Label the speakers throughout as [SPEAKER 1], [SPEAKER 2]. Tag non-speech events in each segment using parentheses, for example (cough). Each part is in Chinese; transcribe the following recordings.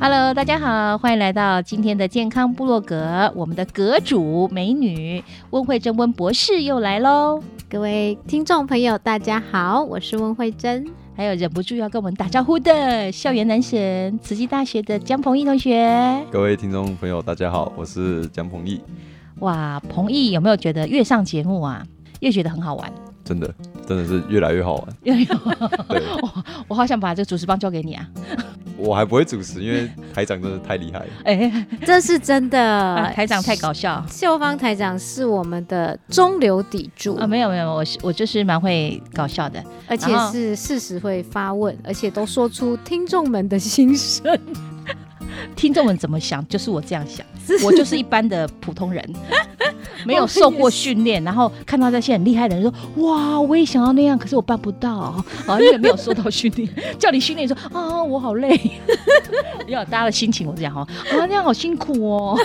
[SPEAKER 1] Hello，大家好，欢迎来到今天的健康部落格。我们的阁主美女温慧珍温博士又来喽，
[SPEAKER 2] 各位听众朋友，大家好，我是温慧珍。
[SPEAKER 1] 还有忍不住要跟我们打招呼的校园男神，慈济大学的江鹏毅同学。
[SPEAKER 3] 各位听众朋友，大家好，我是江鹏毅。
[SPEAKER 1] 哇，鹏毅有没有觉得越上节目啊，越觉得很好玩？
[SPEAKER 3] 真的，真的是越来越好玩。
[SPEAKER 1] 有有，
[SPEAKER 3] 对，
[SPEAKER 1] (laughs) 我我好想把这个主持棒交给你啊！
[SPEAKER 3] 我还不会主持，因为台长真的太厉害了。
[SPEAKER 1] 哎、
[SPEAKER 2] 这是真 (laughs) 的
[SPEAKER 1] 啊， (laughs) 台长太搞笑。
[SPEAKER 2] 秀芳台长是我们的中流砥柱，
[SPEAKER 1] 啊，没有没有，我是我就是蛮会搞笑的，
[SPEAKER 2] 而且
[SPEAKER 1] 然后
[SPEAKER 2] 是适时会发问，而且都说出听众们的心声。
[SPEAKER 1] 听众们怎么想，就是我这样想，我就是一般的普通
[SPEAKER 2] (laughs)
[SPEAKER 1] 人，没有受过训练，然后看到那些很厉害的人说，哇，我也想要那样，可是我办不到， (laughs) 啊，因为没有受到训练， (laughs) 叫你训练说啊，我好累， (laughs) 要有大家的心情，我这样哈，啊，那样好辛苦哦，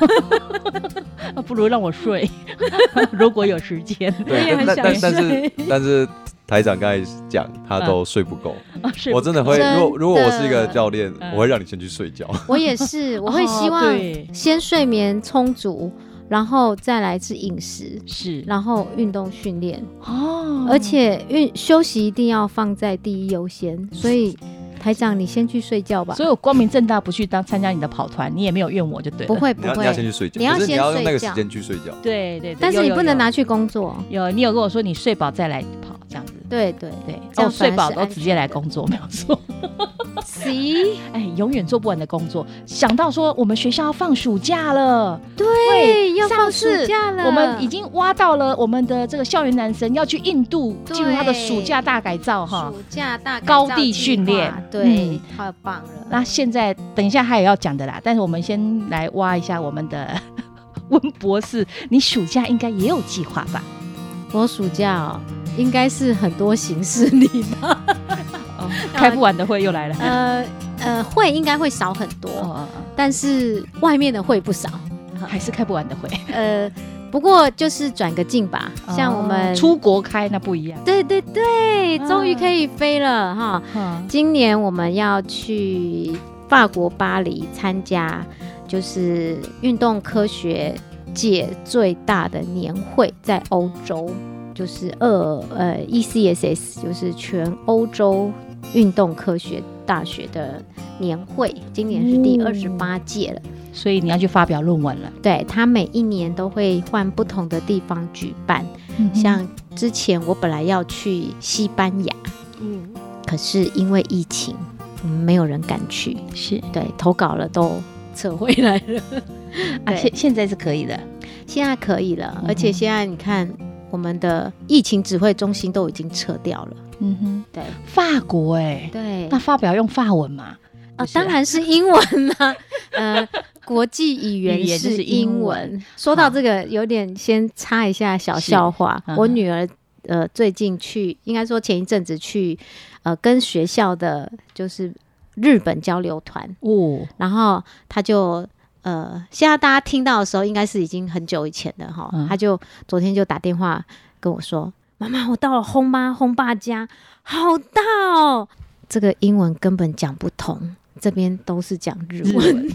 [SPEAKER 1] (laughs) 啊不如让我睡， (laughs) 如果有时间，
[SPEAKER 2] 也
[SPEAKER 3] 对，
[SPEAKER 2] 很
[SPEAKER 3] 但
[SPEAKER 2] 想
[SPEAKER 3] 但但是
[SPEAKER 2] 睡
[SPEAKER 3] 但是台长刚才讲他都睡不够，
[SPEAKER 1] 啊、 (laughs) 是
[SPEAKER 3] 我真的会。
[SPEAKER 2] 真的
[SPEAKER 3] 如果如果我是一个教练，
[SPEAKER 1] 嗯
[SPEAKER 3] 我会让你先去睡觉。
[SPEAKER 2] (laughs) 我也 (laughs) 是，我会希
[SPEAKER 1] 哦
[SPEAKER 2] 望
[SPEAKER 1] 对
[SPEAKER 2] 先睡眠充足，然后再来是饮食，
[SPEAKER 1] 是
[SPEAKER 2] 然后运动训练，
[SPEAKER 1] 哦
[SPEAKER 2] 而且运休息一定要放在第一优先。所以台长，你先去睡觉吧。
[SPEAKER 1] 所以我光明正大不去当参加你的跑团，你也没有怨我就对了。
[SPEAKER 2] 不，会不
[SPEAKER 3] 你要你要先
[SPEAKER 2] 会，
[SPEAKER 3] 去睡觉，
[SPEAKER 2] 你要
[SPEAKER 3] 可是你
[SPEAKER 2] 先
[SPEAKER 3] 要用
[SPEAKER 2] 睡
[SPEAKER 3] 那个时
[SPEAKER 2] 觉
[SPEAKER 3] 间去睡
[SPEAKER 1] (laughs)
[SPEAKER 3] 觉。
[SPEAKER 1] 对对对，
[SPEAKER 2] 但是你
[SPEAKER 1] 有
[SPEAKER 2] 不能。
[SPEAKER 1] 有
[SPEAKER 2] 拿去工作。
[SPEAKER 1] 有，你有跟我说你睡饱再来跑这样子。
[SPEAKER 2] 对对
[SPEAKER 1] 对，
[SPEAKER 2] 这样
[SPEAKER 1] 哦，睡
[SPEAKER 2] 反而
[SPEAKER 1] 饱
[SPEAKER 2] 是
[SPEAKER 1] 都
[SPEAKER 2] 安
[SPEAKER 1] 直接来工作，没有错。 (laughs)
[SPEAKER 2] 哦，C
[SPEAKER 1] 哎，永远做不完的工作。想到说我们学校要放暑假了，
[SPEAKER 2] 对，要
[SPEAKER 1] 上
[SPEAKER 2] 放暑
[SPEAKER 1] 次
[SPEAKER 2] 假了，
[SPEAKER 1] 我们已经挖到了我们的这个校园男神要去印度
[SPEAKER 2] 对
[SPEAKER 1] 进入他的暑假大改造哦哈。
[SPEAKER 2] 暑假大改
[SPEAKER 1] 高
[SPEAKER 2] 造计
[SPEAKER 1] 地训
[SPEAKER 2] 划
[SPEAKER 1] 练
[SPEAKER 2] 对
[SPEAKER 1] 嗯，
[SPEAKER 2] 太棒了。
[SPEAKER 1] 那现在等一下他也要讲的啦，但是我们先来挖一下我们的 (laughs) 温博士，你暑假应该也有计划
[SPEAKER 2] (laughs)
[SPEAKER 1] 吧？
[SPEAKER 2] 我暑假哦，应该是很多形式里 (laughs) 吧，
[SPEAKER 1] 哦，开不完的会又
[SPEAKER 2] (laughs)
[SPEAKER 1] 来了。
[SPEAKER 2] 呃呃，会应该会少很多，
[SPEAKER 1] 哦哦
[SPEAKER 2] 但是外面的会不
[SPEAKER 1] (laughs)
[SPEAKER 2] 少。
[SPEAKER 1] 哦，还是开不完的会。
[SPEAKER 2] 呃，不过就是转个境吧，像我们
[SPEAKER 1] 哦出国开那不一样。
[SPEAKER 2] 对对对，终于
[SPEAKER 1] 嗯
[SPEAKER 2] 可以飞了哈。今年我们要去法国巴黎参加，就是运动科学界最大的年会，在欧洲，就是二呃 ECSS，就是全欧洲运动科学大学的年会，今年是第
[SPEAKER 1] 哦
[SPEAKER 2] 二十八届了。
[SPEAKER 1] 所以你要去发表论文了。
[SPEAKER 2] 对，它每一年都会换不同的地方举办，像之前我本来要去西班牙，
[SPEAKER 4] 嗯，
[SPEAKER 2] 可是因为疫情，嗯没有人敢去。
[SPEAKER 1] 是
[SPEAKER 2] 对，投稿了都撤回来 (laughs) 了。
[SPEAKER 1] 啊，
[SPEAKER 2] 对嗯
[SPEAKER 1] 现现在是可以的。
[SPEAKER 2] 现在可以了，
[SPEAKER 1] 哼
[SPEAKER 2] 而且现在你看，我们的疫情指挥中心都已经撤掉了。
[SPEAKER 1] 嗯哼，
[SPEAKER 2] 对
[SPEAKER 1] 法国哎、
[SPEAKER 2] 对
[SPEAKER 1] 那发表用法文嘛？
[SPEAKER 2] 啊
[SPEAKER 1] 不，是
[SPEAKER 2] (laughs) 当然是英文啦、呃，国际语言
[SPEAKER 1] 语言就是是
[SPEAKER 2] 英
[SPEAKER 1] 英
[SPEAKER 2] 文。
[SPEAKER 1] 文
[SPEAKER 2] 说到这个，有点先插一下小
[SPEAKER 1] 是
[SPEAKER 2] 笑话。
[SPEAKER 1] 嗯
[SPEAKER 2] 我
[SPEAKER 1] 哼
[SPEAKER 2] 女儿呃最近去，应该说前一阵子去，呃，跟学校的就是日本交流团，
[SPEAKER 1] 哦，
[SPEAKER 2] 然后她就。呃，现在大家听到的时候，应该是已经很久以前了哈。
[SPEAKER 1] 嗯
[SPEAKER 2] 她就昨天就打电话跟我说：“妈妈，我到了轰妈轰爸家，好大哦！”这个英文根本讲不通，这边都是讲日
[SPEAKER 1] 日
[SPEAKER 2] 文。
[SPEAKER 1] 文，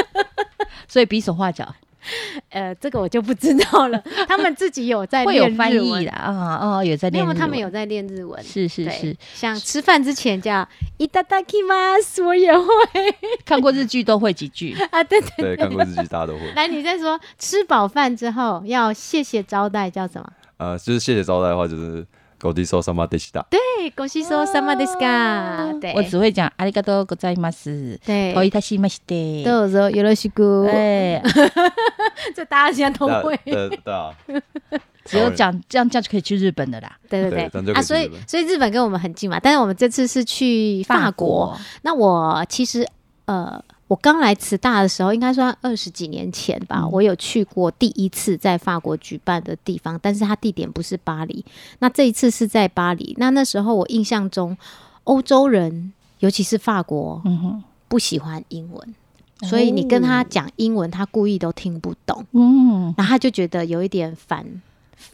[SPEAKER 1] (laughs) 所以比手画脚
[SPEAKER 2] (laughs) 呃，这个我就不知道 (laughs) 了。他们自己有在
[SPEAKER 1] 会有
[SPEAKER 2] 练
[SPEAKER 1] 翻
[SPEAKER 2] 日文
[SPEAKER 1] 译的，啊啊，有在
[SPEAKER 2] 没
[SPEAKER 1] 练
[SPEAKER 2] 有
[SPEAKER 1] 日文，
[SPEAKER 2] 他们有在练日文。
[SPEAKER 1] 是是
[SPEAKER 2] 对
[SPEAKER 1] 是，
[SPEAKER 2] 像吃饭之前叫いただきます，我也会
[SPEAKER 1] 看过日剧都会几句，
[SPEAKER 2] 啊，对对
[SPEAKER 3] 对，看过日剧大家
[SPEAKER 1] (laughs)
[SPEAKER 3] 都会。
[SPEAKER 2] 来，你再说吃饱饭之后要谢谢招待叫什么？
[SPEAKER 3] 呃，就是谢谢招待的话，就是ごちそうさまでした。
[SPEAKER 2] 对，ごちそうさまですか。 (laughs) 对，
[SPEAKER 1] 我只会讲阿里嘎多ございます，
[SPEAKER 2] 对
[SPEAKER 1] 头一他西まして，
[SPEAKER 2] どうぞよろしく。 (laughs)
[SPEAKER 1] 哎，
[SPEAKER 2] 这大家现在都
[SPEAKER 3] 那
[SPEAKER 2] 会。
[SPEAKER 3] 对对啊，
[SPEAKER 1] (laughs) 只有讲这样这样就可以去日本的啦，
[SPEAKER 2] 对
[SPEAKER 3] 对
[SPEAKER 2] 对
[SPEAKER 3] 咱就
[SPEAKER 2] 对啊，
[SPEAKER 3] 可以去
[SPEAKER 2] 所
[SPEAKER 3] 日
[SPEAKER 2] 以
[SPEAKER 3] 本
[SPEAKER 2] 所以日本跟我们很近嘛，但是我们这次是去法国，那我其实呃，我刚来慈大的时候，应该算二十几年前吧，
[SPEAKER 1] 嗯
[SPEAKER 2] 我有去过第一次在法国举办的地方，但是它地点不是巴黎。那这一次是在巴黎。那那时候我印象中，欧洲人尤其是法国
[SPEAKER 1] 嗯哼，
[SPEAKER 2] 不喜欢英文，所以你跟他讲英文，他故意都听不懂，
[SPEAKER 1] 嗯，
[SPEAKER 2] 然后他就觉得有一点反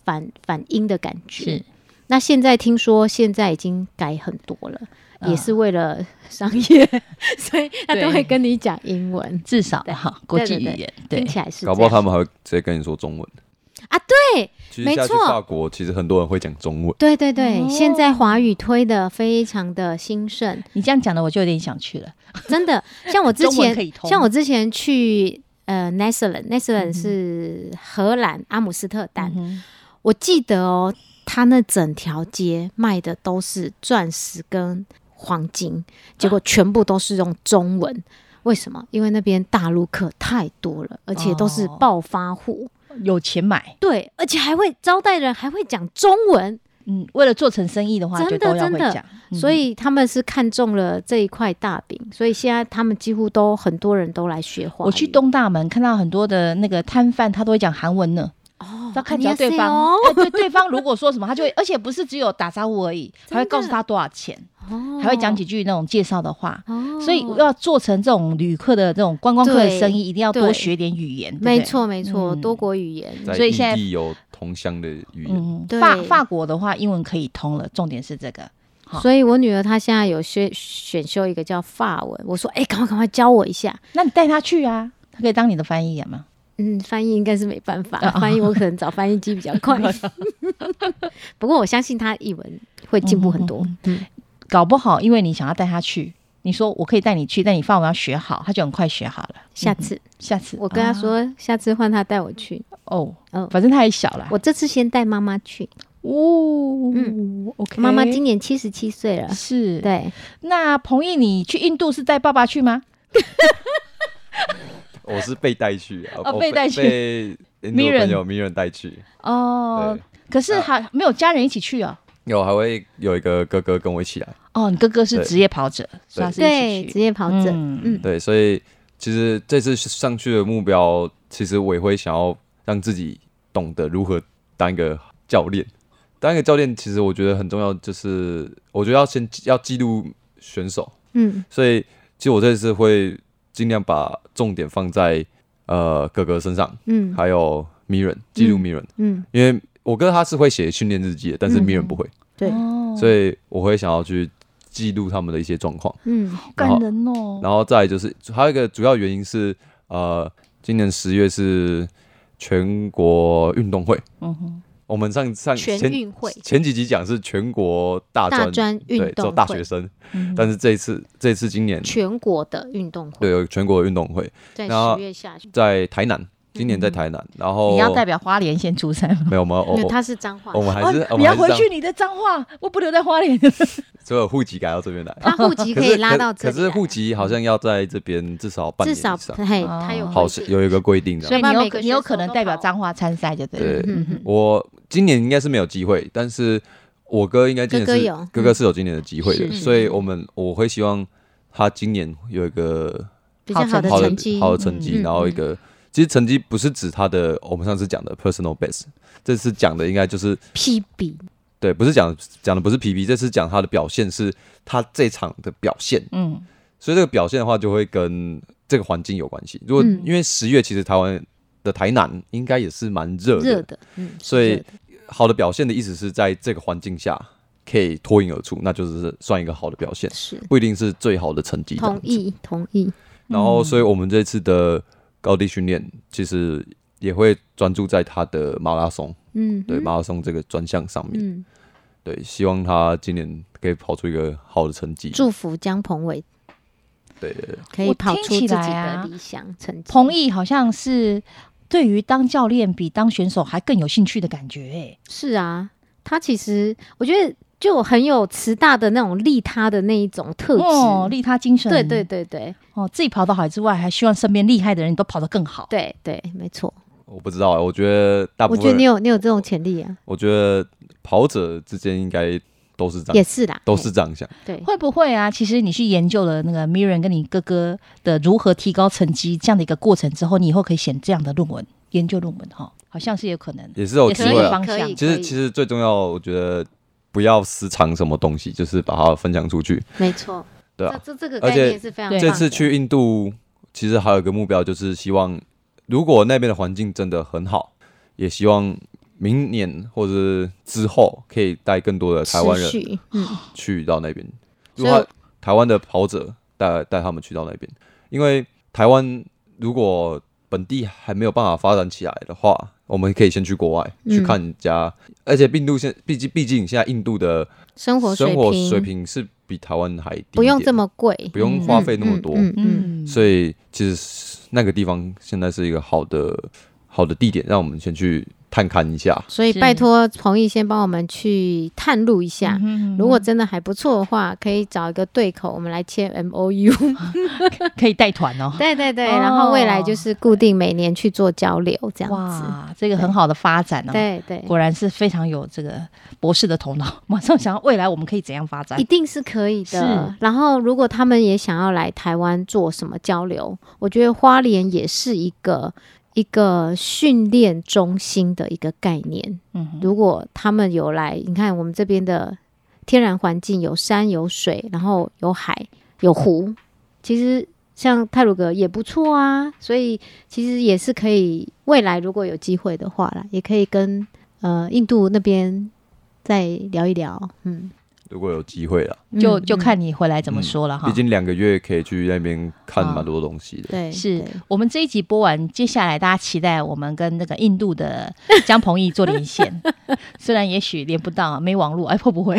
[SPEAKER 2] 反反英的感觉。
[SPEAKER 1] 是
[SPEAKER 2] 那现在听说现在已经改很多了，
[SPEAKER 1] 嗯
[SPEAKER 2] 也是为了商业， (laughs) 所以他都
[SPEAKER 1] 对
[SPEAKER 2] 会跟你讲英文，
[SPEAKER 1] 至少
[SPEAKER 2] 对
[SPEAKER 1] 哈国际语
[SPEAKER 2] 对对
[SPEAKER 1] 言，对
[SPEAKER 2] 听，起来是
[SPEAKER 3] 搞不
[SPEAKER 2] 这
[SPEAKER 3] 好
[SPEAKER 2] 样
[SPEAKER 3] 他们还会直接跟你说中文。
[SPEAKER 2] 啊，对
[SPEAKER 3] 其实
[SPEAKER 2] 没
[SPEAKER 3] 下去
[SPEAKER 2] 错
[SPEAKER 3] 法国，其实很多人会讲中文。
[SPEAKER 2] 对对对，
[SPEAKER 1] 哦
[SPEAKER 2] 现在华语推的非常的兴
[SPEAKER 1] (laughs)
[SPEAKER 2] 盛，
[SPEAKER 1] 你这样讲的我就有点想去了，
[SPEAKER 2] 真的。像我之
[SPEAKER 1] 中文可以
[SPEAKER 2] 前，
[SPEAKER 1] 通
[SPEAKER 2] 像我之前去呃 n e s t l a n d n e s t l a n
[SPEAKER 1] 嗯哼
[SPEAKER 2] d 是荷兰阿姆斯特丹，
[SPEAKER 1] 嗯
[SPEAKER 2] 我记得哦，他那整条街卖的都是钻石跟黄金，结果全部都是用中文。为什么？因为那边大陆客太多了，而且都是
[SPEAKER 1] 哦
[SPEAKER 2] 暴发户。
[SPEAKER 1] 哼有钱买，
[SPEAKER 2] 对，而且还会招待人，还会讲中文，
[SPEAKER 1] 嗯，为了做成生意的话，
[SPEAKER 2] 真的
[SPEAKER 1] 就都要会
[SPEAKER 2] 真的
[SPEAKER 1] 讲，嗯
[SPEAKER 2] 所以他们是看中了这一块大饼，所以现在他们几乎都很多人都来学华语。
[SPEAKER 1] 我去东大门看到很多的那个摊贩，他都会讲韩文呢。
[SPEAKER 2] 哦，
[SPEAKER 1] 要看起来
[SPEAKER 2] 안녕하세요
[SPEAKER 1] 对方，哎对对方如果说什么，
[SPEAKER 2] (laughs)
[SPEAKER 1] 他就会，而且不是只有打招呼而已，还会告诉他多少钱，
[SPEAKER 2] 哦
[SPEAKER 1] 还会讲几句那种介绍的话。
[SPEAKER 2] 哦
[SPEAKER 1] 所以要做成这种旅客的这种观光客的生意，一定要多
[SPEAKER 2] 对
[SPEAKER 1] 学点语言。对不对
[SPEAKER 2] 没，错没错，
[SPEAKER 1] 嗯
[SPEAKER 2] 多国语言
[SPEAKER 3] 在
[SPEAKER 1] 所以现在
[SPEAKER 3] 异地有同乡的语言，
[SPEAKER 1] 嗯，
[SPEAKER 2] 对
[SPEAKER 1] 法法国的话，英文可以通了，重点是这个。好
[SPEAKER 2] 所以我女儿她现在有选选修一个叫法文，我说哎，赶快赶快教我一下。
[SPEAKER 1] 那你带他去啊，他可以当你的翻译啊嘛。
[SPEAKER 2] 嗯，翻译应该是没办法，
[SPEAKER 1] 啊
[SPEAKER 2] 翻译我可能找翻译机比较
[SPEAKER 1] (laughs)
[SPEAKER 2] 快。不过我相信她译文会进步很多。
[SPEAKER 1] 嗯
[SPEAKER 2] 嗯，
[SPEAKER 1] 搞不好因为你想要带他去，你说我可以带你去，但你法文要学好，他就很快学好了。
[SPEAKER 2] 下
[SPEAKER 1] 嗯
[SPEAKER 2] 次
[SPEAKER 1] 下次
[SPEAKER 2] 我跟她
[SPEAKER 1] 啊
[SPEAKER 2] 说，下次换她带我去。
[SPEAKER 1] 哦，
[SPEAKER 2] 嗯
[SPEAKER 1] 反正他也小了。
[SPEAKER 2] 我这次先带妈妈去，
[SPEAKER 1] 哦，
[SPEAKER 2] 嗯
[SPEAKER 1] ，OK，
[SPEAKER 2] 妈妈今年七十七岁了。
[SPEAKER 1] 是。
[SPEAKER 2] 对，
[SPEAKER 1] 那彭毅，你去印度是带爸爸去吗？
[SPEAKER 3] 我是被带去啊，
[SPEAKER 1] 哦
[SPEAKER 3] 我
[SPEAKER 1] 被带去
[SPEAKER 3] 被
[SPEAKER 1] (laughs)
[SPEAKER 3] 印度的
[SPEAKER 1] Miran
[SPEAKER 3] 朋友 Miran 带去。
[SPEAKER 1] 哦
[SPEAKER 3] 对，
[SPEAKER 1] 可是还没有家人一起去哦。
[SPEAKER 3] 有还会有一个哥哥跟我一起来，
[SPEAKER 1] 哦，你哥哥是
[SPEAKER 3] 对
[SPEAKER 1] 职业跑者，所以他是一
[SPEAKER 2] 对，
[SPEAKER 1] 起
[SPEAKER 2] 职
[SPEAKER 1] 去。
[SPEAKER 2] 业跑者，
[SPEAKER 1] 嗯
[SPEAKER 2] 嗯，
[SPEAKER 3] 对，所以其实这次上去的目标，其实我也会想要让自己懂得如何当一个教练。当一个教练，其实我觉得很重要，就是我觉得要先要记录选手，
[SPEAKER 2] 嗯，
[SPEAKER 3] 所以其实我这次会尽量把重点放在呃哥哥身上，
[SPEAKER 2] 嗯
[SPEAKER 3] 还有 Miran 记录 Miran，、
[SPEAKER 2] 嗯，
[SPEAKER 3] 因为我哥他是会写训练日记的，但是
[SPEAKER 2] 嗯
[SPEAKER 3] Miran 不会，
[SPEAKER 2] 对，
[SPEAKER 1] 哦，
[SPEAKER 3] 所以我会想要去记录他们的一些状况。
[SPEAKER 2] 嗯，
[SPEAKER 1] 好感人哦。
[SPEAKER 3] 然后再来就是还有一个主要原因是，呃，今年十月是全国运动会，
[SPEAKER 1] 嗯哼，
[SPEAKER 3] 我们上上
[SPEAKER 2] 全
[SPEAKER 3] 前
[SPEAKER 2] 运会
[SPEAKER 3] 前几集讲是全国大专
[SPEAKER 2] 大专运
[SPEAKER 3] 对，
[SPEAKER 2] 动
[SPEAKER 3] 做
[SPEAKER 2] 会，
[SPEAKER 3] 大学生，
[SPEAKER 1] 嗯
[SPEAKER 3] 但是这一次这一次今年
[SPEAKER 2] 全国的运动
[SPEAKER 3] 对
[SPEAKER 2] 会，
[SPEAKER 3] 有全国运动会
[SPEAKER 2] 在
[SPEAKER 3] 然后
[SPEAKER 2] 十月下旬，
[SPEAKER 3] 在台南，
[SPEAKER 2] 嗯
[SPEAKER 3] 今年在台南，然后
[SPEAKER 1] 你要代表花莲县出赛吗？
[SPEAKER 3] 没有我们
[SPEAKER 2] 因为
[SPEAKER 3] 我
[SPEAKER 2] 他是彰化
[SPEAKER 3] 我们还是
[SPEAKER 1] 哦
[SPEAKER 3] 我
[SPEAKER 1] 你
[SPEAKER 3] 们还
[SPEAKER 1] 要
[SPEAKER 3] 是
[SPEAKER 1] 回
[SPEAKER 3] 这
[SPEAKER 1] 去
[SPEAKER 3] 样，
[SPEAKER 1] 你的脏话，我不留在花莲。
[SPEAKER 3] 所有户籍改到这边来，
[SPEAKER 2] 他户哦籍可以拉到这
[SPEAKER 3] 可
[SPEAKER 2] 里
[SPEAKER 3] 是
[SPEAKER 2] 来，
[SPEAKER 3] 户籍好像要在这边至少半
[SPEAKER 2] 至
[SPEAKER 3] 年以
[SPEAKER 2] 少
[SPEAKER 3] 上，
[SPEAKER 2] 嘿，
[SPEAKER 1] 哦
[SPEAKER 2] 他有
[SPEAKER 3] 好
[SPEAKER 2] 回
[SPEAKER 3] 是
[SPEAKER 2] 去
[SPEAKER 3] 有一个规定的
[SPEAKER 1] 所以你
[SPEAKER 2] 那
[SPEAKER 1] 有
[SPEAKER 2] 每个
[SPEAKER 1] 你有
[SPEAKER 2] 选手
[SPEAKER 1] 可能
[SPEAKER 2] 都
[SPEAKER 1] 代表
[SPEAKER 2] 跑
[SPEAKER 1] 彰化参赛，就对了。
[SPEAKER 3] 对
[SPEAKER 2] 嗯哼
[SPEAKER 3] 我今年应该是没有机会，但是我哥应该今年是
[SPEAKER 2] 哥哥有
[SPEAKER 3] 哥哥是有今年的机会的，
[SPEAKER 1] 嗯是
[SPEAKER 3] 所以我们我会希望他今年有一个
[SPEAKER 2] 比较好的
[SPEAKER 3] 好的
[SPEAKER 2] 成绩，嗯
[SPEAKER 3] 好的成绩，然后一个其实成绩不是指他的，我们上次讲的 personal best，这次讲的应该就是
[SPEAKER 2] PB，
[SPEAKER 3] 对，不是讲讲的不是 PB，这次讲他的表现是他这场的表现，
[SPEAKER 1] 嗯，
[SPEAKER 3] 所以这个表现的话就会跟这个环境有关系。如果、
[SPEAKER 2] 嗯
[SPEAKER 3] 因为十月其实台湾的台南应该也是蛮热
[SPEAKER 2] 热
[SPEAKER 3] 的
[SPEAKER 2] 的，嗯，
[SPEAKER 3] 所
[SPEAKER 2] 是热
[SPEAKER 3] 以
[SPEAKER 2] 的
[SPEAKER 3] 好的表现的意思是在这个环境下可以脱颖而出，那就是算一个好的表现，
[SPEAKER 2] 是
[SPEAKER 3] 不一定是最好的成绩。
[SPEAKER 2] 同意同意，
[SPEAKER 3] 然后，所以我们这次的高地训练其实也会专注在他的马拉松，
[SPEAKER 2] 嗯
[SPEAKER 3] 对
[SPEAKER 2] 哼
[SPEAKER 3] 马拉松这个专项上面，
[SPEAKER 2] 嗯，
[SPEAKER 3] 对，希望他今年可以跑出一个好的成绩。
[SPEAKER 2] 祝福江鹏伟
[SPEAKER 3] 对对对，
[SPEAKER 2] 可以
[SPEAKER 1] 我
[SPEAKER 2] 跑
[SPEAKER 1] 听
[SPEAKER 2] 出
[SPEAKER 1] 起
[SPEAKER 2] 自己
[SPEAKER 1] 来
[SPEAKER 2] 的
[SPEAKER 1] 啊
[SPEAKER 2] 理想成绩。
[SPEAKER 1] 彭毅好像是对于当教练比当选手还更有兴趣的感觉、欸，
[SPEAKER 2] 是啊，他其实我觉得就很有慈大的那种利他的那一种特质，
[SPEAKER 1] 哦，利他精神，
[SPEAKER 2] 对对对对
[SPEAKER 1] 哦，自己跑得好之外，还希望身边厉害的人都跑得更好。
[SPEAKER 2] 对对，没错。
[SPEAKER 3] 我不知道、欸，我觉得大部
[SPEAKER 2] 我
[SPEAKER 3] 分
[SPEAKER 2] 觉得你有你有这种潜力啊，
[SPEAKER 3] 我觉得跑者之间应该都是这样，
[SPEAKER 2] 也是啦
[SPEAKER 3] 都是这样想。
[SPEAKER 2] 对，
[SPEAKER 1] 会不会啊？其实你去研究了那个 Mirren 跟你哥哥的如何提高成绩这样的一个过程之后，你以后可以写这样的论文，研究论文哈，好像是有可能，
[SPEAKER 3] 也是有
[SPEAKER 1] 也
[SPEAKER 3] 机
[SPEAKER 1] 是
[SPEAKER 3] 会
[SPEAKER 1] 一
[SPEAKER 3] 啊
[SPEAKER 1] 个方向
[SPEAKER 2] 可以。
[SPEAKER 3] 其实其实最重要，我觉得不要私藏什么东西，就是把它分享出去。
[SPEAKER 2] 没错。
[SPEAKER 3] 对啊，
[SPEAKER 2] 这这这啊个
[SPEAKER 3] 而
[SPEAKER 2] 概
[SPEAKER 3] 且
[SPEAKER 2] 念是非常棒的
[SPEAKER 3] 这次去印度，其实还有一个目标，就是希望如果那边的环境真的很好，也希望明年或者是之后可以带更多的台湾
[SPEAKER 2] 持
[SPEAKER 3] 人
[SPEAKER 2] 续嗯，
[SPEAKER 3] 去到那边。如
[SPEAKER 2] 所以
[SPEAKER 3] 果台湾的跑者带带他们去到那边，因为台湾如果本地还没有办法发展起来的话，我们可以先去国外、
[SPEAKER 2] 嗯
[SPEAKER 3] 去看人家，而且印度现毕竟毕竟现在印度的
[SPEAKER 2] 生活水
[SPEAKER 3] 生
[SPEAKER 2] 平
[SPEAKER 3] 活水平是比台湾还低一点，
[SPEAKER 2] 不用这么贵，
[SPEAKER 3] 不用花费那么多，
[SPEAKER 2] 嗯嗯嗯嗯
[SPEAKER 3] 所以其实那个地方现在是一个好的好的地点，让我们先去探勘一下。
[SPEAKER 2] 所以
[SPEAKER 1] 是
[SPEAKER 2] 拜托彭毅先帮我们去探路一下。
[SPEAKER 1] 嗯
[SPEAKER 2] 如果真的还不错的话，可以找一个对口，我们来签 M O U。
[SPEAKER 1] (laughs) 可以带团哦。
[SPEAKER 2] (laughs) 对对对，
[SPEAKER 1] 哦
[SPEAKER 2] 然后未来就是固定每年去做交流这样子。
[SPEAKER 1] 哇，这个很好的发展哦。
[SPEAKER 2] 对对，
[SPEAKER 1] 果然是非常有这个博士的头脑， (laughs) 马上想到未来我们可以怎样发展
[SPEAKER 2] 一。定是可以的
[SPEAKER 1] 是。
[SPEAKER 2] 然后，如果他们也想要来台湾做什么交流，我觉得花莲也是一个一个训练中心的一个概念。
[SPEAKER 1] 嗯哼，
[SPEAKER 2] 如果他们有来，你看我们这边的天然环境有山有水，然后有海有湖，其实像泰鲁格也不错啊。所以其实也是可以，未来如果有机会的话啦，也可以跟呃印度那边再聊一聊。嗯，
[SPEAKER 3] 如果有机会了，
[SPEAKER 1] 就
[SPEAKER 2] 嗯
[SPEAKER 1] 就
[SPEAKER 2] 嗯
[SPEAKER 1] 看你回来怎么说
[SPEAKER 2] 啊
[SPEAKER 1] 了哈
[SPEAKER 3] 毕。竟两个月可以去那边看
[SPEAKER 1] 啊
[SPEAKER 3] 蛮多东西的。
[SPEAKER 2] 对，
[SPEAKER 1] 是
[SPEAKER 2] 对
[SPEAKER 1] 我们这一集播完，接下来大家期待我们跟那个印度的江鹏毅做
[SPEAKER 2] (laughs)
[SPEAKER 1] 连线，虽然也许连不到，没网络，哎，会不会？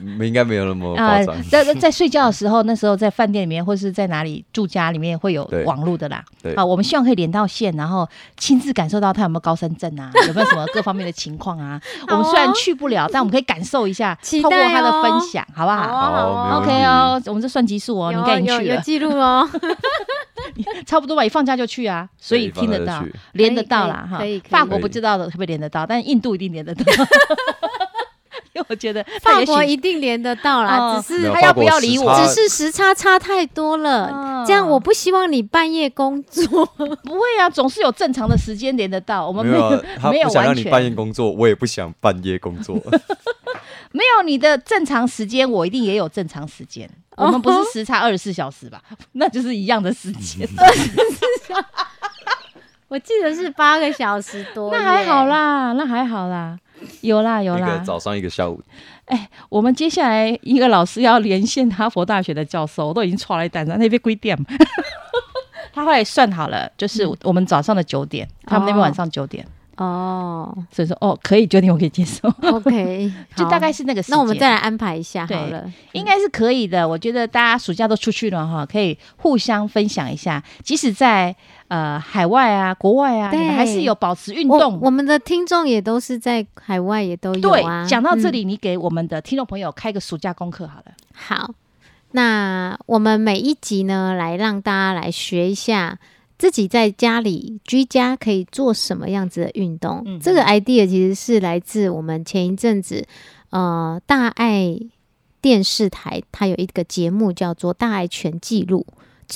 [SPEAKER 3] 没 (laughs) 应该没有那么夸
[SPEAKER 1] 啊
[SPEAKER 2] 嗯
[SPEAKER 3] 张，。
[SPEAKER 1] 在在在睡觉的时候，那时候在饭店里面或是在哪里住家里面会有
[SPEAKER 3] 对
[SPEAKER 1] 网络的啦
[SPEAKER 3] 对。
[SPEAKER 1] 啊，我们希望可以连到线，然后亲自感受到他有没有高山症
[SPEAKER 2] (laughs)
[SPEAKER 1] 啊，有没有什么各方面的情况啊。我们虽然去不了，但我们可以感受一下，
[SPEAKER 2] 期
[SPEAKER 1] 透过
[SPEAKER 2] 待
[SPEAKER 1] 他的
[SPEAKER 2] 哦
[SPEAKER 1] 分享，好不
[SPEAKER 2] 哦
[SPEAKER 3] 好
[SPEAKER 1] 好
[SPEAKER 3] 没问题
[SPEAKER 1] OK 哦，我们这算集数哦，你应该已经
[SPEAKER 2] 有
[SPEAKER 1] 去
[SPEAKER 2] 有有
[SPEAKER 1] 了，
[SPEAKER 2] 记录哦，
[SPEAKER 1] 差不多吧，一放假就去啊，所以
[SPEAKER 3] 对放
[SPEAKER 1] 听
[SPEAKER 3] 假
[SPEAKER 1] 得到
[SPEAKER 3] 就去，
[SPEAKER 1] 连得到啦哈
[SPEAKER 2] 可以可以可。以
[SPEAKER 1] 法国
[SPEAKER 3] 可以
[SPEAKER 1] 不知道的会不会连得到，但印度一定连得到。 (laughs) 因为我觉得他
[SPEAKER 2] 法
[SPEAKER 1] 也许
[SPEAKER 2] 国一定连得到啦，
[SPEAKER 1] 哦
[SPEAKER 2] 只
[SPEAKER 3] 没
[SPEAKER 2] 是
[SPEAKER 3] 有
[SPEAKER 1] 他要不要理
[SPEAKER 3] 法国
[SPEAKER 1] 我
[SPEAKER 3] 时
[SPEAKER 2] 嗯只是时差差太多
[SPEAKER 1] 哦
[SPEAKER 2] 了，这样我不希望你半夜工作，
[SPEAKER 1] 不会啊，总是有正常的时间连得到。我们
[SPEAKER 3] 没
[SPEAKER 1] 没
[SPEAKER 3] 有
[SPEAKER 1] 有
[SPEAKER 3] 啊他
[SPEAKER 1] 没有
[SPEAKER 3] 不想
[SPEAKER 1] 完
[SPEAKER 3] 让你
[SPEAKER 1] 全
[SPEAKER 3] 半夜工作，我也不想半夜工
[SPEAKER 1] (laughs)
[SPEAKER 3] 作。
[SPEAKER 1] 没有你的正常时间，我一定也有正常时间。我们不是时差二十四小时吧？ (laughs) 那就是一样的时 (laughs) 间，
[SPEAKER 2] 我记得是八个小时多，
[SPEAKER 1] 那还好。啦，那还好啦，有啦有
[SPEAKER 3] 一个
[SPEAKER 1] 啦。
[SPEAKER 3] 早上，一个下午，
[SPEAKER 1] 我们接下来一个老师要连线哈佛大学的教授，我都已经错了一单了，那边规 (laughs) 定。他后来算好了，就是我们早上的九点，他们那边晚上九点，
[SPEAKER 2] 哦
[SPEAKER 1] 所以说哦可以九点我可以接受，
[SPEAKER 2] (laughs) ，OK，
[SPEAKER 1] 就
[SPEAKER 2] 好
[SPEAKER 1] 大概是那个时间。
[SPEAKER 2] 那我们再来安排一下好了。
[SPEAKER 1] 应该是可以的。我觉得大家暑假都出去了哈，可以互相分享一下。即使在呃海外啊、国外啊，
[SPEAKER 2] 对
[SPEAKER 1] 你们还是有保持运
[SPEAKER 2] 我
[SPEAKER 1] 动。
[SPEAKER 2] 我们的听众也都是在海外，也都有
[SPEAKER 1] 对
[SPEAKER 2] 啊。，
[SPEAKER 1] 讲到这
[SPEAKER 2] 嗯
[SPEAKER 1] 里，你给我们的听众朋友开个暑假功课好了。
[SPEAKER 2] 好，那我们每一集呢，来让大家来学一下自己在家里居家可以做什么样子的运动。
[SPEAKER 1] 嗯
[SPEAKER 2] 这个 idea 其实是来自我们前一阵子呃大爱电视台，它有一个节目叫做《大爱全记录》。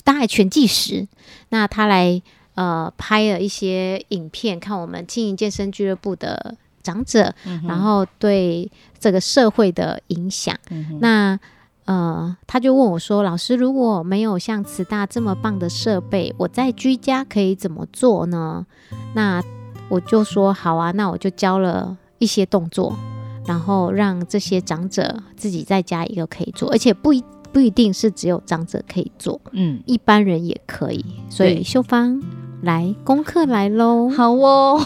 [SPEAKER 2] 大概全计时，那他来呃拍了一些影片，看我们经营健身俱乐部的长者，
[SPEAKER 1] 嗯哼
[SPEAKER 2] 然后对这个社会的影响。
[SPEAKER 1] 嗯
[SPEAKER 2] 那呃，他就问我说：“老师，如果没有像慈大这么棒的设备，我在居家可以怎么做呢？”那我就说：“好啊，那我就教了一些动作，然后让这些长者自己在家也可以做，而且不一不一定是只有长者可以做，
[SPEAKER 1] 嗯，
[SPEAKER 2] 一般人也可以。所
[SPEAKER 1] 对
[SPEAKER 2] 以秀芳来功课来喽，
[SPEAKER 1] 好哦。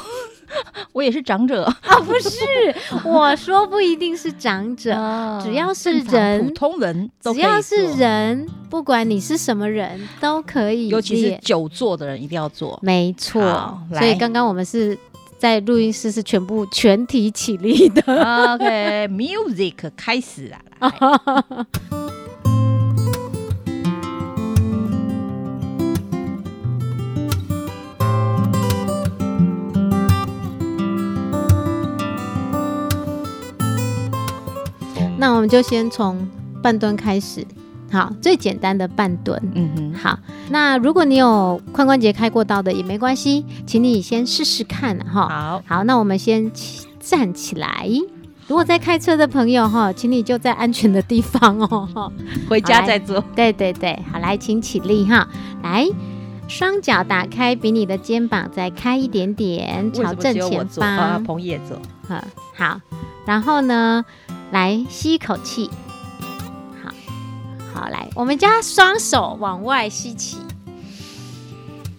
[SPEAKER 1] 我也是长者
[SPEAKER 2] (laughs) 啊，不是，我说不一定是长者， (laughs) 只要是
[SPEAKER 1] 哦正常
[SPEAKER 2] 人，
[SPEAKER 1] 普通人都
[SPEAKER 2] 只
[SPEAKER 1] 可以
[SPEAKER 2] 要是
[SPEAKER 1] 做
[SPEAKER 2] 人，不管你是什么人，都可以
[SPEAKER 1] 尤其是
[SPEAKER 2] 练
[SPEAKER 1] 久坐的人一定要
[SPEAKER 2] (laughs)
[SPEAKER 1] 做。
[SPEAKER 2] 没错
[SPEAKER 1] 好。
[SPEAKER 2] 所以
[SPEAKER 1] 来
[SPEAKER 2] 刚刚我们是在录音室是全部全体起立的。
[SPEAKER 1] OK，music、开始啦！
[SPEAKER 2] 哦
[SPEAKER 1] 来
[SPEAKER 2] 那我们就先从半蹲开始，好，最简单的半蹲。
[SPEAKER 1] 嗯哼，
[SPEAKER 2] 好。那如果你有髋关节开过刀的也没关系，请你先试试看啊哈。
[SPEAKER 1] 好，
[SPEAKER 2] 好，那我们先起站起来。如果在开车的朋友哈，请你就在安全的地方哦。哈
[SPEAKER 1] 回家
[SPEAKER 2] 好来
[SPEAKER 1] 再做。
[SPEAKER 2] 对对对，好来，请起立哈，来。双脚打开，比你的肩膀再开一点点，
[SPEAKER 1] 为
[SPEAKER 2] 朝
[SPEAKER 1] 什么
[SPEAKER 2] 正
[SPEAKER 1] 只有我
[SPEAKER 2] 前
[SPEAKER 1] 做？啊，
[SPEAKER 2] 方。
[SPEAKER 1] 彭毅也做。
[SPEAKER 2] 好好，然后呢，来吸一口气，好，好来，我们将双手往外吸气，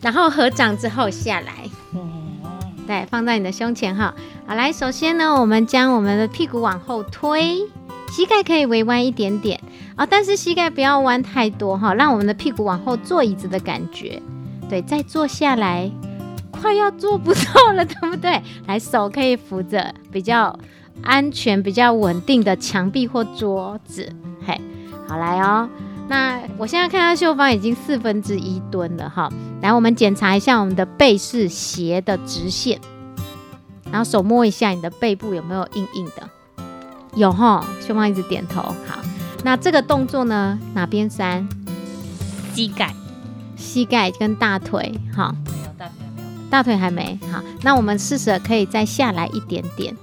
[SPEAKER 2] 然后合掌之后下来，对，放在你的胸前哈。好来，首先呢，我们将我们的屁股往后推，膝盖可以微弯一点点啊、哦但是膝盖不要弯太多哈、让我们的屁股往后坐椅子的感觉。对，再坐下来，快要坐不到了，对不对？ (laughs) 来，手可以扶着比较安全、比较稳定的墙壁或桌子。嘿，好来哦。那我现在看到秀芳已经四分之一蹲了哈，来，我们检查一下我们的背是斜的直线，然后手摸一下你的背部有没有硬硬的，有哈，秀芳一直点头。好，那这个动作呢，哪边酸？
[SPEAKER 1] 膝盖，
[SPEAKER 2] 膝盖跟大腿，哈，大腿还没好，那我们试着可以再下来一点点，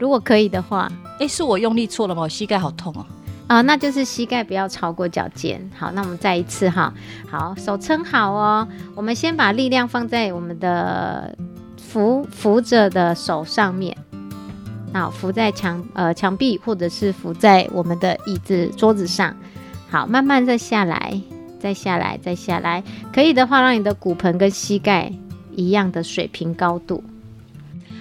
[SPEAKER 2] 如果可以的话，
[SPEAKER 1] 哎，是我用力错了吗？我膝盖好痛哦。
[SPEAKER 2] 啊，那就是膝盖不要超过脚尖。好，那我们再一次哈，好，手撑好哦。我们先把力量放在我们的扶扶着的手上面，好，扶在墙呃墙壁或者是扶在我们的椅子桌子上。好，慢慢再下来，再下来，再下来。可以的话，让你的骨盆跟膝盖一样的水平高度。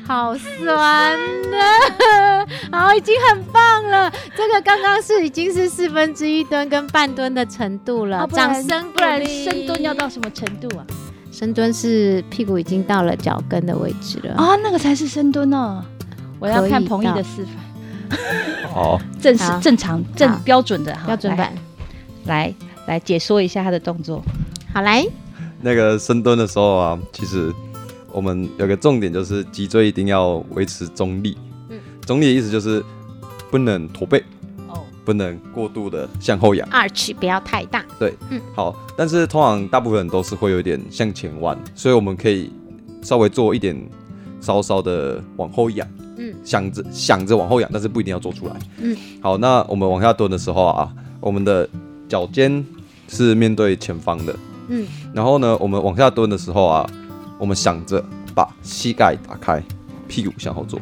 [SPEAKER 2] 好酸的， (laughs) 好，已经很棒了。这个刚刚是已经是四分之一吨跟半吨的程度了，
[SPEAKER 1] 啊不然
[SPEAKER 2] 掌声
[SPEAKER 1] 不然
[SPEAKER 2] 鼓励
[SPEAKER 1] 深蹲要到什么程度啊？
[SPEAKER 2] 深蹲是屁股已经到了脚跟的位置了。
[SPEAKER 1] 啊，那个才是深蹲哦。我要
[SPEAKER 2] 可以
[SPEAKER 1] 看彭毅
[SPEAKER 2] 到
[SPEAKER 1] 的示范，
[SPEAKER 3] 好，
[SPEAKER 1] 正是
[SPEAKER 2] 好
[SPEAKER 1] 正常
[SPEAKER 2] 好
[SPEAKER 1] 正标准的好
[SPEAKER 2] 标准版。
[SPEAKER 1] 来来来解说一下他的动作。
[SPEAKER 2] 好来，
[SPEAKER 3] 那个深蹲的时候啊，其实我们有个重点就是脊椎一定要维持中立。
[SPEAKER 2] 嗯
[SPEAKER 3] 中立的意思就是不能驼背，
[SPEAKER 1] 哦
[SPEAKER 3] 不能过度的向后仰。
[SPEAKER 2] arch 不要太大，
[SPEAKER 3] 对，
[SPEAKER 2] 嗯
[SPEAKER 3] 好，但是通常大部分人都是会有点向前弯，所以我们可以稍微做一点稍稍的往后仰，
[SPEAKER 2] 嗯
[SPEAKER 3] 想着想着往后仰，但是不一定要做出来。
[SPEAKER 2] 嗯，
[SPEAKER 3] 好，那我们往下蹲的时候啊，我们的脚尖是面对前方的，
[SPEAKER 2] 嗯，
[SPEAKER 3] 然后呢，我们往下蹲的时候啊，我们想着把膝盖打开，屁股向后坐，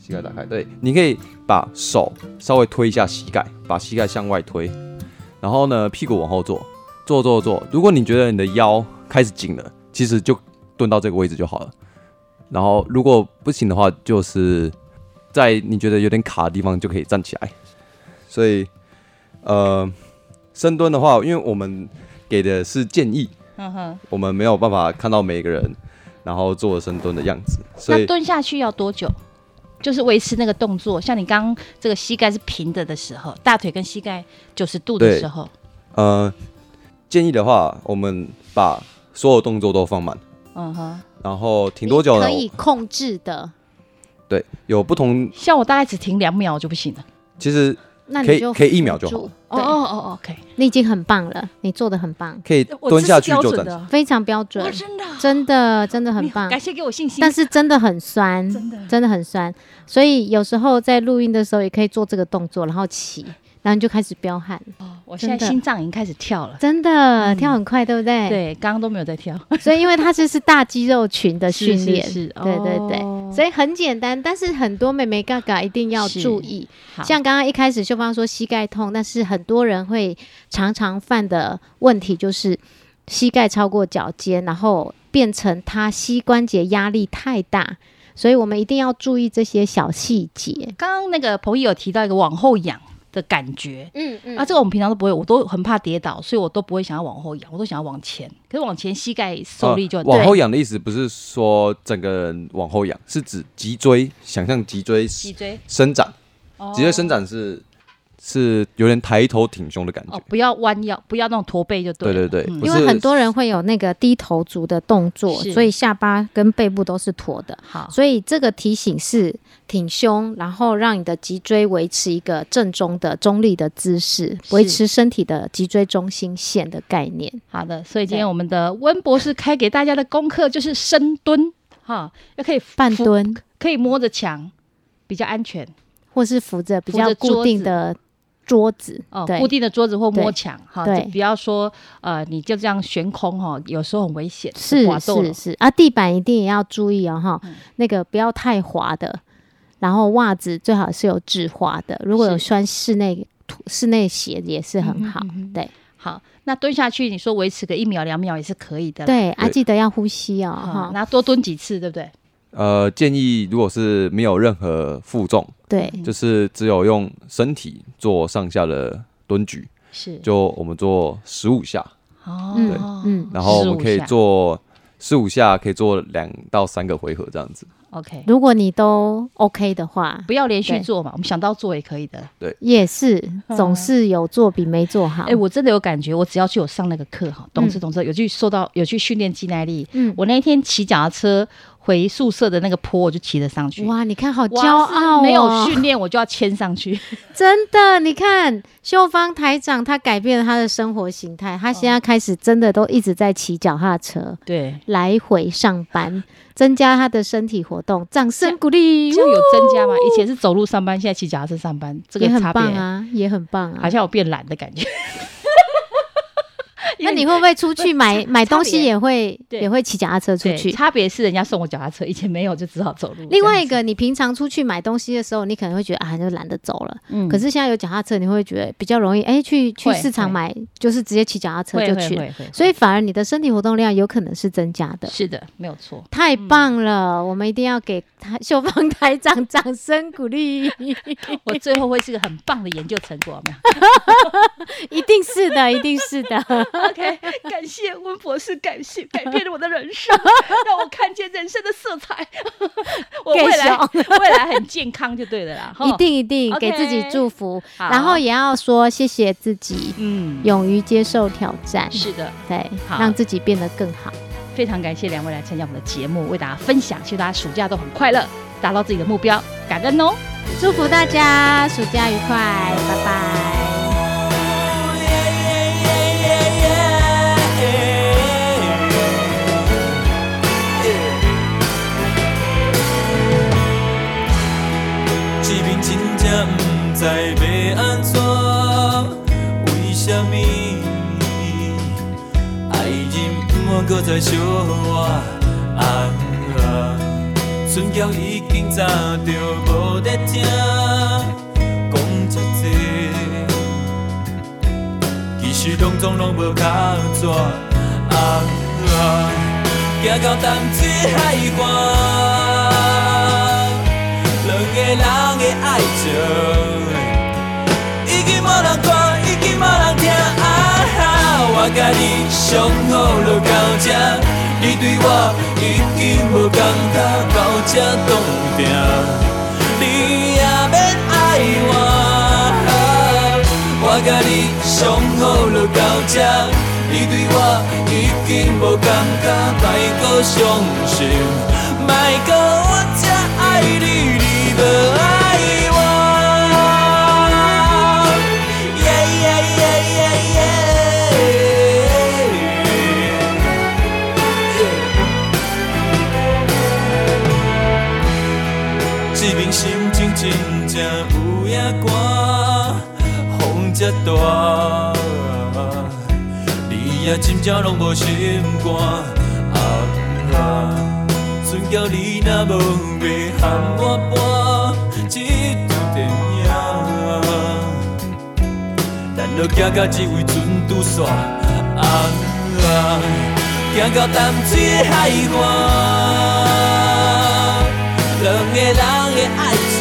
[SPEAKER 3] 膝盖打开。对，你可以把手稍微推一下膝盖，把膝盖向外推，然后呢，屁股往后坐，坐坐坐。如果你觉得你的腰开始紧了，其实就蹲到这个位置就好了。然后如果不行的话，就是在你觉得有点卡的地方就可以站起来。所以，呃，深蹲的话，因为我们给的是建议，
[SPEAKER 1] 嗯哼，
[SPEAKER 3] 我们没有办法看到每个人然后做深蹲的样子，所
[SPEAKER 1] 那
[SPEAKER 3] 以
[SPEAKER 1] 蹲下去要多久？就是维持那个动作，像你刚刚这个膝盖是平的的时候，大腿跟膝盖九十度的
[SPEAKER 3] 对
[SPEAKER 1] 时候，
[SPEAKER 3] 呃，建议的话，我们把所有动作都放慢，
[SPEAKER 1] 嗯哼，
[SPEAKER 3] 然后停多哦久呢
[SPEAKER 2] 可？以控制的。
[SPEAKER 3] 对，有不同，
[SPEAKER 1] 像我大概只停两秒我就不行了。
[SPEAKER 3] 其实
[SPEAKER 2] 那
[SPEAKER 3] 可以
[SPEAKER 2] 你就
[SPEAKER 3] 可以一秒就好
[SPEAKER 2] 扶住。
[SPEAKER 1] 哦
[SPEAKER 2] 对
[SPEAKER 1] 哦哦哦，OK，
[SPEAKER 2] 你已经很棒了，你做的很棒，
[SPEAKER 3] 可以
[SPEAKER 1] 我
[SPEAKER 3] 蹲
[SPEAKER 1] 这
[SPEAKER 3] 下
[SPEAKER 1] 是
[SPEAKER 3] 去
[SPEAKER 1] 标
[SPEAKER 3] 就
[SPEAKER 1] 准
[SPEAKER 3] 站起
[SPEAKER 1] 的
[SPEAKER 3] 来。
[SPEAKER 2] 非常标准，
[SPEAKER 1] 真的
[SPEAKER 2] (laughs) 真
[SPEAKER 1] 啊
[SPEAKER 2] 的真的很棒。
[SPEAKER 1] 感谢给我信心。
[SPEAKER 2] 但是真的很酸，真的很酸，所以有时候在录音的时候也可以做这个动作，然后起，然后你就开始飙汗，
[SPEAKER 1] 哦我现在
[SPEAKER 2] 真的
[SPEAKER 1] 心脏已经开始跳了，
[SPEAKER 2] 真的、跳很快，对不嗯对？
[SPEAKER 1] 对，刚刚都没有在跳。
[SPEAKER 2] 所以因为它这是大肌肉群的
[SPEAKER 1] (laughs) 是
[SPEAKER 2] 训
[SPEAKER 1] 是
[SPEAKER 2] 练，
[SPEAKER 1] 是哦
[SPEAKER 2] 对对对，所以很简单，但是很多妹妹嘎嘎一定要
[SPEAKER 1] 是
[SPEAKER 2] 注意。
[SPEAKER 1] 好
[SPEAKER 2] 像刚刚一开始秀芳说膝盖痛，但是很多人会常常犯的问题就是膝盖超过脚尖，然后变成他膝关节压力太大，所以我们一定要注意这些小细节。
[SPEAKER 1] 刚刚那个朋友有提到一个往后仰的感觉，
[SPEAKER 2] 嗯嗯
[SPEAKER 1] 啊，这个我们平常都不会，我都很怕跌倒，所以我都不会想要往后仰，我都想要往前。可是往前膝盖受力就很、
[SPEAKER 3] 哦往后仰的意思不是说整个人往后仰，是指脊椎，想象脊椎
[SPEAKER 1] 脊椎
[SPEAKER 3] 伸展，
[SPEAKER 1] 哦
[SPEAKER 3] 脊椎伸展是是有点抬头挺胸的感觉。
[SPEAKER 1] 哦，不要弯腰，不要那种驼背就
[SPEAKER 3] 对
[SPEAKER 1] 了。嗯
[SPEAKER 3] 对对，不
[SPEAKER 2] 因
[SPEAKER 3] 是
[SPEAKER 2] 为很多人会有那个低头族的动作，
[SPEAKER 1] 是
[SPEAKER 2] 所以下巴跟背部都是驼的。
[SPEAKER 1] 好
[SPEAKER 2] 所以这个提醒是挺胸，然后让你的脊椎维持一个正中的中立的姿势，
[SPEAKER 1] 是
[SPEAKER 2] 维持身体的脊椎中心线的概念。
[SPEAKER 1] 好的，所以今天我们的温博士开给大家的功课就是深蹲，哈，要可以扶
[SPEAKER 2] 半，蹲
[SPEAKER 1] 可以摸着墙，比较安全
[SPEAKER 2] 或是扶着比
[SPEAKER 1] 扶着
[SPEAKER 2] 较固定的桌子，
[SPEAKER 1] 哦，
[SPEAKER 2] 对
[SPEAKER 1] 固定的桌子或摸
[SPEAKER 2] 对
[SPEAKER 1] 墙哈，
[SPEAKER 2] 对
[SPEAKER 1] 就不要说呃你就这样悬空哈，有时候很危险，
[SPEAKER 2] 是
[SPEAKER 1] 滑动嗯
[SPEAKER 2] 是是啊，地板一定也要注意哦哈，那个不要太滑的，然后袜子最好是有止滑的，如果有
[SPEAKER 1] 是嗯
[SPEAKER 2] 穿室内室内鞋也是很好，对
[SPEAKER 1] 好，那蹲下去，你说维持个一秒两秒也是可以的啦。
[SPEAKER 2] 对啊，记得要呼吸哦
[SPEAKER 1] 好，
[SPEAKER 2] 哈，
[SPEAKER 1] 然后多蹲几次，对不对？
[SPEAKER 3] 呃，建议如果是没有任何负重，
[SPEAKER 2] 对
[SPEAKER 1] 嗯
[SPEAKER 3] 就是只有用身体做上下的蹲举，
[SPEAKER 1] 是
[SPEAKER 3] 就我们做十五下，
[SPEAKER 1] 哦，
[SPEAKER 2] 嗯嗯
[SPEAKER 3] 然后我们
[SPEAKER 1] 15
[SPEAKER 3] 可以
[SPEAKER 1] 下
[SPEAKER 3] 做十五下，可以做两到三个回合这样子。
[SPEAKER 1] OK，
[SPEAKER 2] 如果你都 OK 的话，
[SPEAKER 1] 不要连续
[SPEAKER 2] 对
[SPEAKER 1] 做嘛，我们想到做也可以的。
[SPEAKER 2] 也是总是有做比没做好。
[SPEAKER 1] 嗯哎，我真的有感觉，我只要去有上那个课哈，懂事懂事，有去受到有去训练肌耐力。
[SPEAKER 2] 嗯
[SPEAKER 1] 我那一天骑脚踏车回宿舍的那个坡，我就骑了上去。
[SPEAKER 2] 哇，你看好
[SPEAKER 1] 哇
[SPEAKER 2] 骄傲、哦，
[SPEAKER 1] 是没有训练我就要牵
[SPEAKER 2] (laughs)
[SPEAKER 1] 上去。
[SPEAKER 2] 真的，你看秀芳台长，他改变了他的生活形态，他现在
[SPEAKER 1] 嗯
[SPEAKER 2] 开始真的都一直在骑脚踏车
[SPEAKER 1] 对，
[SPEAKER 2] 来回上
[SPEAKER 1] (laughs)
[SPEAKER 2] 班，增加他的身体活动，掌声鼓励，哦
[SPEAKER 1] 这样有增加吗？以前是走路上班，现在骑脚踏车上班，这个
[SPEAKER 2] 也很
[SPEAKER 1] 差别
[SPEAKER 2] 棒啊，也很棒啊
[SPEAKER 1] 好。像有变懒的感觉。因
[SPEAKER 2] (laughs) 那
[SPEAKER 1] 为
[SPEAKER 2] 你会不会出
[SPEAKER 1] (laughs)
[SPEAKER 2] 去买买东西也会
[SPEAKER 1] 对
[SPEAKER 2] 也会骑脚踏车出
[SPEAKER 1] 对，
[SPEAKER 2] 去？
[SPEAKER 1] 差别是人家送我脚踏车，以前没有，就只好走路。
[SPEAKER 2] 另外一
[SPEAKER 1] 这
[SPEAKER 2] 个，
[SPEAKER 1] 样
[SPEAKER 2] 你平常出去买东西的时候，你可能会觉得啊，就懒得走了。
[SPEAKER 1] 子，嗯
[SPEAKER 2] 可是现在有脚踏车，你会觉得比较容易，哎、去去
[SPEAKER 1] 会
[SPEAKER 2] 市场
[SPEAKER 1] 会
[SPEAKER 2] 买，就是直接骑脚踏车
[SPEAKER 1] 会
[SPEAKER 2] 就
[SPEAKER 1] 会
[SPEAKER 2] 去了。
[SPEAKER 1] 会会
[SPEAKER 2] 所以反而你的身体活动量有可能是增加的。
[SPEAKER 1] 是嗯的，没有错。
[SPEAKER 2] 太棒了，我们一定要给他秀芳台长掌声鼓励，
[SPEAKER 1] (laughs) 我最后会是个很棒的研究成果，有没有
[SPEAKER 2] (laughs) 一定是的，一定是
[SPEAKER 1] (laughs)
[SPEAKER 2] 的。
[SPEAKER 5] (laughs)
[SPEAKER 6] OK，感谢温博士，感谢改变了我的人生，让我看见人生的色
[SPEAKER 5] (laughs)
[SPEAKER 6] 彩。
[SPEAKER 1] 我未来
[SPEAKER 2] 给
[SPEAKER 1] (laughs) 未来很健康就对了
[SPEAKER 5] (laughs)
[SPEAKER 1] 啦，哈
[SPEAKER 2] 一。定一定
[SPEAKER 1] OK
[SPEAKER 2] 给自己祝福，
[SPEAKER 1] 好
[SPEAKER 2] 然后也要说谢谢自己，
[SPEAKER 1] 嗯，
[SPEAKER 2] 勇于接受挑战，
[SPEAKER 1] 是的，
[SPEAKER 2] 对，
[SPEAKER 1] 好
[SPEAKER 2] 让自己变得更好。
[SPEAKER 1] 非常感谢两位来参加我们的节目，为大家分享，希望大家暑假都很快乐，达到自己的目标，感恩哦。
[SPEAKER 2] 祝福大家暑假愉快，拜拜。
[SPEAKER 5] 一面真正不知要安怎，为什么爱人毋愿搁再相我红啊？唇角已经早就无在听，讲这多，其实拢总拢无靠纸红啊，行到淡水海岸。两个人的爱情，已经无人看，已经无人听啊！我甲你相好就到这，你对我已经无感觉，到这冻定，你也免爱我。我甲你相好就到这，你对我已经无感觉，莫搁伤心，莫搁我这爱你，你无爱我。心情真正有影寒，风这大，你也真正拢无心肝。暗啊，船交你若无袂喊我搬，这场电影，咱就行到这位船拄煞。暗啊，行到淡水海岸。两个人的爱情，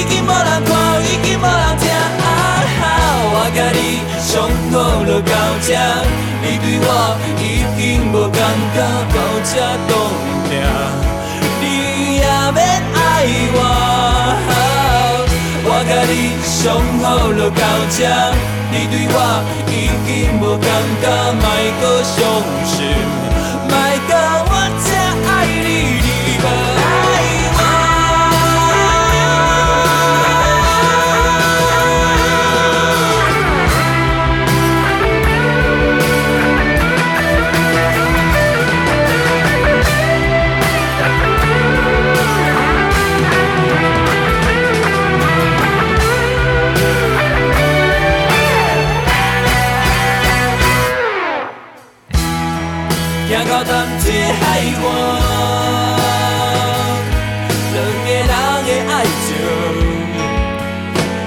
[SPEAKER 5] 已经无人看，已经无人听。啊哈，我甲你相好就到这，你对我已经无感觉，到这冻定，你也免爱我。我甲你相好就到这，你对我已经无感觉，莫搁伤心。莫甲我这爱你，你无爱我。行到淡水海岸，两个人的爱情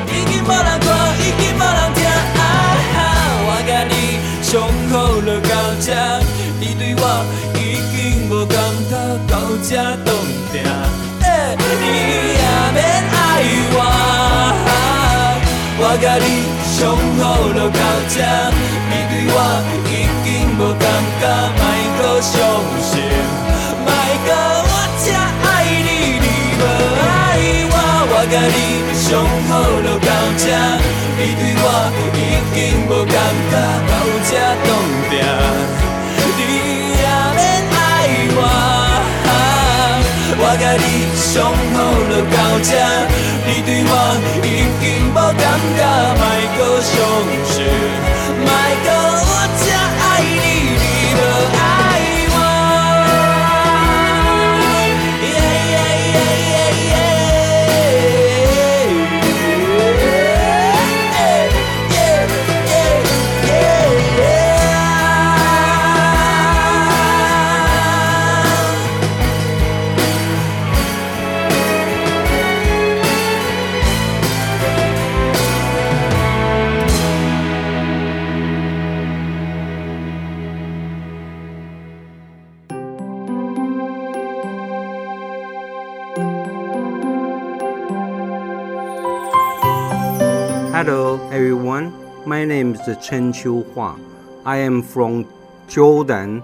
[SPEAKER 5] 已经无人看，已经无人听。啊哈，我甲你相好就到这，你对我已经无感觉，到这冻定。欸你也免爱我，我甲你相好就到这，你对我已经无感觉，莫搁伤心，莫搁我这爱你，你无爱我，我甲你相好就到这，你对我已经无感觉，到这冻定，你也免爱我。我甲你相好就到这，你对我已经无感觉，莫搁伤心，莫搁我这爱你，你无爱我。
[SPEAKER 1] Hello, everyone. My name is Chen Qiu Hua. I am from Jordan.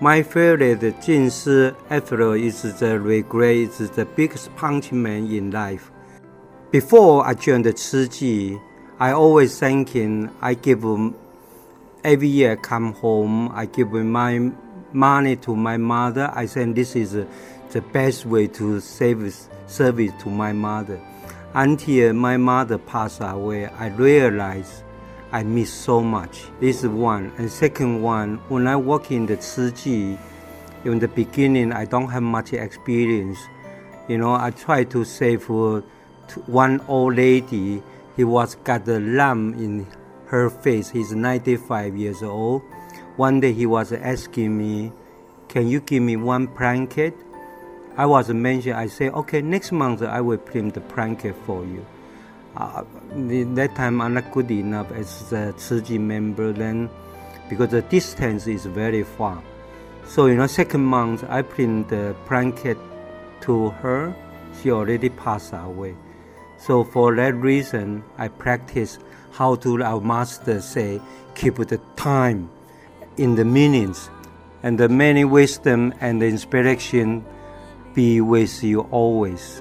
[SPEAKER 1] My favorite Jinshi after is the regret is the biggest punishment in life. Before I joined the Chiji, I always thinking I give um, every year come home, I give my money to my mother. I think this is uh, the best way to service service to my mother. Until my mother passed away, I realized I miss so much. This is one. And second one, when I work in the Ciji, in the beginning, I don't have much experience. You know, I try to save uh, to one old lady. He was got a lump in her face. He's 95 years old. One day he was asking me, "Can you give me one blanket?" I was mentioned. I say, "Okay, next month I will print the blanket for you." Uh, the- that time I'm not good enough as the Ciji member then, because the distance is very far. So you know, second month I print the blanket to her. She already passed away. So for that reason, I practice how to our master say keep the time in the meanings, and the many wisdom and inspiration be with you always.